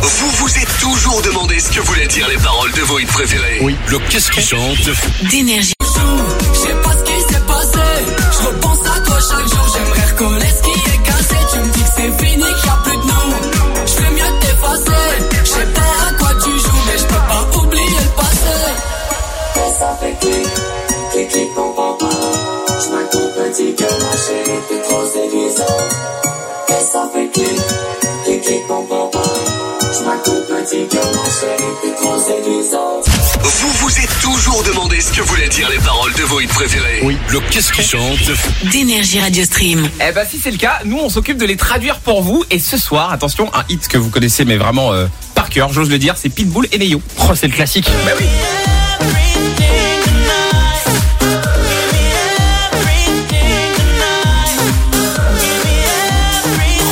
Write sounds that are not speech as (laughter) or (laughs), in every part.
Vous vous êtes toujours demandé ce que voulaient dire les paroles de vos hits préférés. Oui. Le qu'est-ce qui chante d'énergie. Je sais pas ce qui s'est passé. Je repense à toi chaque jour. J'aimerais reconnaître ce qui est cassé. Tu me dis que c'est fini, qu'il y a plus de nous. Je fais mieux de t'effacer. Je sais pas à quoi tu joues, mais je peux pas oublier le passé. Ça fait clic, clic, clic, pom, pom, pom. J'mets ton petit cœur lâché, t'es trop séduisant. Et ça fait clic, clic, clic, pom, pom, pom. J'mets ton petit cœur lâché, t'es trop séduisant. Vous vous êtes toujours demandé ce que voulaient dire les paroles de vos hits préférés. Oui. Le qu'est-ce qui chante D'énergie Radio Stream. Eh ben si c'est le cas, nous on s'occupe de les traduire pour vous. Et ce soir, attention, un hit que vous connaissez mais vraiment euh, par cœur, j'ose le dire, c'est Pitbull et Neyo. Oh, c'est le classique. Bah oui.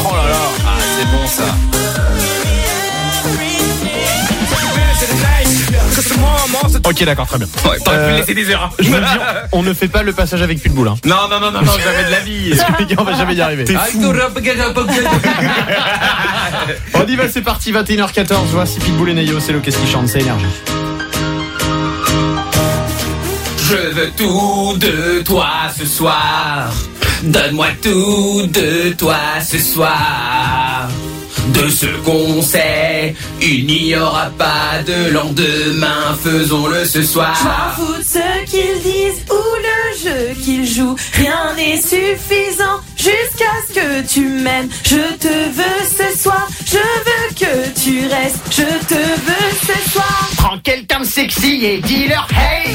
Oh là là, ah c'est bon ça. Ok, d'accord, très bien. Ouais, T'aurais pu Euh, le laisser des heures. Je vous le dis, on ne fait pas le passage avec Pitbull. Hein. Non, non, non, non, non, jamais de la vie. Les gars, on va jamais y arriver. On y va, c'est parti, 21h14. Je vois si Pitbull et Neyo, c'est le qu'est-ce qui chante, c'est énergie. Je veux tout de toi ce soir. Donne-moi tout de toi ce soir. De ce qu'on sait, il n'y aura pas de lendemain. Faisons-le ce M'en soir. fous de ce qu'ils disent ou le jeu qu'ils jouent. Rien n'est suffisant jusqu'à ce que tu m'aimes. Je te veux ce soir, je veux que tu restes. Je te veux ce soir. Prends quelqu'un de sexy et dis-leur hey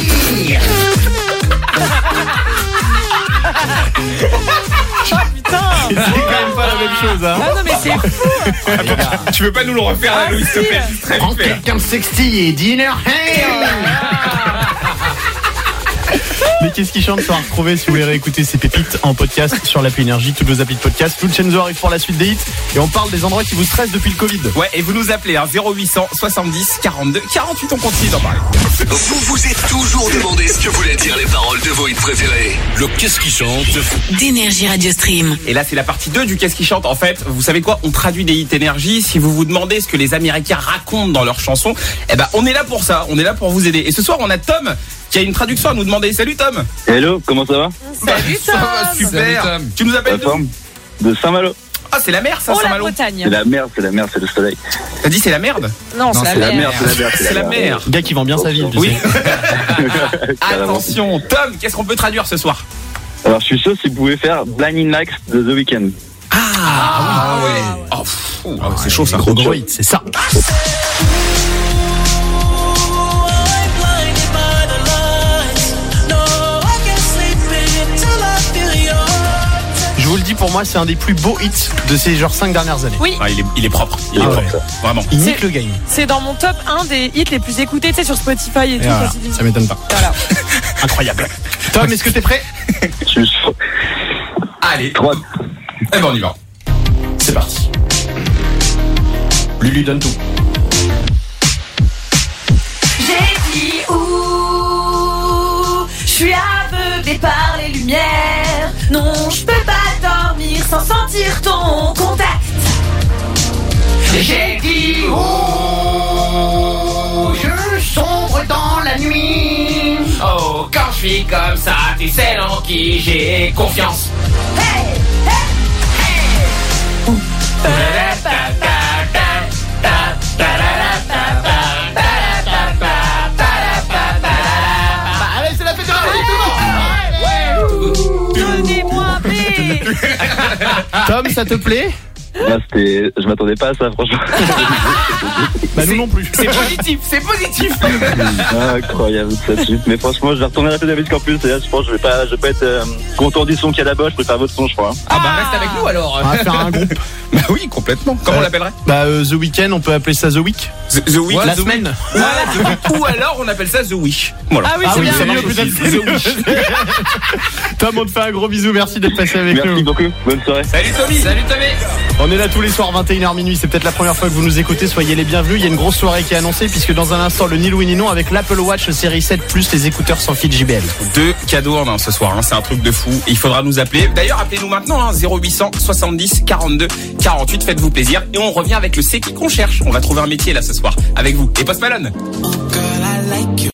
C'est quand même pas la même chose, hein. non, mais c'est fou! Ah, tu veux pas nous le refaire, là, Louis, s'il te plaît? Très Prends vite fait. quelqu'un de sexy et dis-leur hey oh. Mais qu'est-ce qui chante sera retrouvé si vous voulez réécouter ces pépites en podcast sur l'appli énergie, toutes vos applis de podcast. Vincenzo arrive pour la suite des hits et on parle des endroits qui vous stressent depuis le Covid. Ouais, et vous nous appelez, hein, 0800 70 42 48, on continue d'en parler. Vous vous êtes toujours demandé ce que voulaient dire les paroles de vos hits préférés. Le qu'est-ce qui chante D'énergie Radio Stream. Et là, c'est la partie 2 du Qu'est-ce qui chante. En fait, vous savez quoi On traduit des hits énergie. Si vous vous demandez ce que les Américains racontent dans leurs chansons, eh ben, on est là pour ça. On est là pour vous aider. Et ce soir, on a Tom qui a une traduction à nous demander. Salut Tom Hello, comment ça va Salut Ça va super Tu nous La appelles d'où forme De Saint-Malo. Ah, c'est la mer, ça, Oh la Saint-Malo Bretagne C'est la merde, c'est la merde, c'est le soleil. T'as dit c'est la merde Non, c'est la, C'est la merde, c'est la merde, C'est la mer Le gars qui vend bien Oh, sa vie. tu Oui. sais. (laughs) Carrément. (laughs) Ah, Attention, Tom, qu'est-ce qu'on peut traduire ce soir Alors, je suis sûr si vous pouvez faire Blinding Max de The Weeknd. Ah, ouais Oh, pff, ouh, ah ouais, C'est chaud ça. Gros gros hit, c'est ça. Je vous le dis, pour moi, c'est un des plus beaux hits de ces genre 5 dernières années. Oui, Ah, il, est, il est propre. Il est Ah propre. Vraiment. Il C'est- nique le game. c'est dans mon top 1 des hits les plus écoutés, tu sais, sur Spotify et, tout. voilà, quand ils disent- ça m'étonne pas. Voilà. Incroyable. Tom, est-ce que t'es prêt Je suis sûr. Allez, Trois. eh ben on y va. C'est parti. Lulu donne tout. J'ai dit où Je suis aveuglée par les lumières. Non, je peux pas dormir sans sentir ton contact. J'ai dit oh, je sombre dans la nuit. Oh, quand je suis comme ça, tu sais en qui j'ai confiance. Donnez-moi un (laughs) B. Tom, ça te plaît Là, c'était. Je m'attendais pas à ça, franchement. Bah nous non plus. C'est positif, c'est positif. Incroyable, ça tue. Mais franchement, je vais retourner à la tête de la musique en plus. Et là, je pense que je vais pas, je vais pas être euh, content du son qu'il y a là-bas. Je préfère votre son, je crois. Ah bah reste avec nous alors. On va faire un groupe. (laughs) Bah oui, complètement. Comment on Ouais. l'appellerait Bah euh, The Weeknd, on peut appeler ça The Week. The, the Week. la The Week. semaine. Voilà, The Week. Ou alors on appelle ça The Wish. Voilà. Ah oui, Ah c'est oui, bien. c'est mieux, marche peut-être aussi. The Wish. Tom, on te fait un gros bisou. Merci d'être passé avec nous. Merci beaucoup. Bonne soirée. Salut Tommy. Salut Tommy. On est là tous les soirs 21h minuit, c'est peut-être la première fois que vous nous écoutez, soyez les bienvenus, il y a une grosse soirée qui est annoncée puisque dans un instant le Nilou et Ninon avec l'Apple Watch série 7 plus les écouteurs sans fil JBL. Deux cadeaux en un ce soir, hein. c'est un truc de fou. Il faudra nous appeler. D'ailleurs, appelez-nous maintenant hein, 0800 70 42 48, faites-vous plaisir. Et on revient avec le C qu'on cherche. On va trouver un métier là ce soir avec vous. Et Post Malone.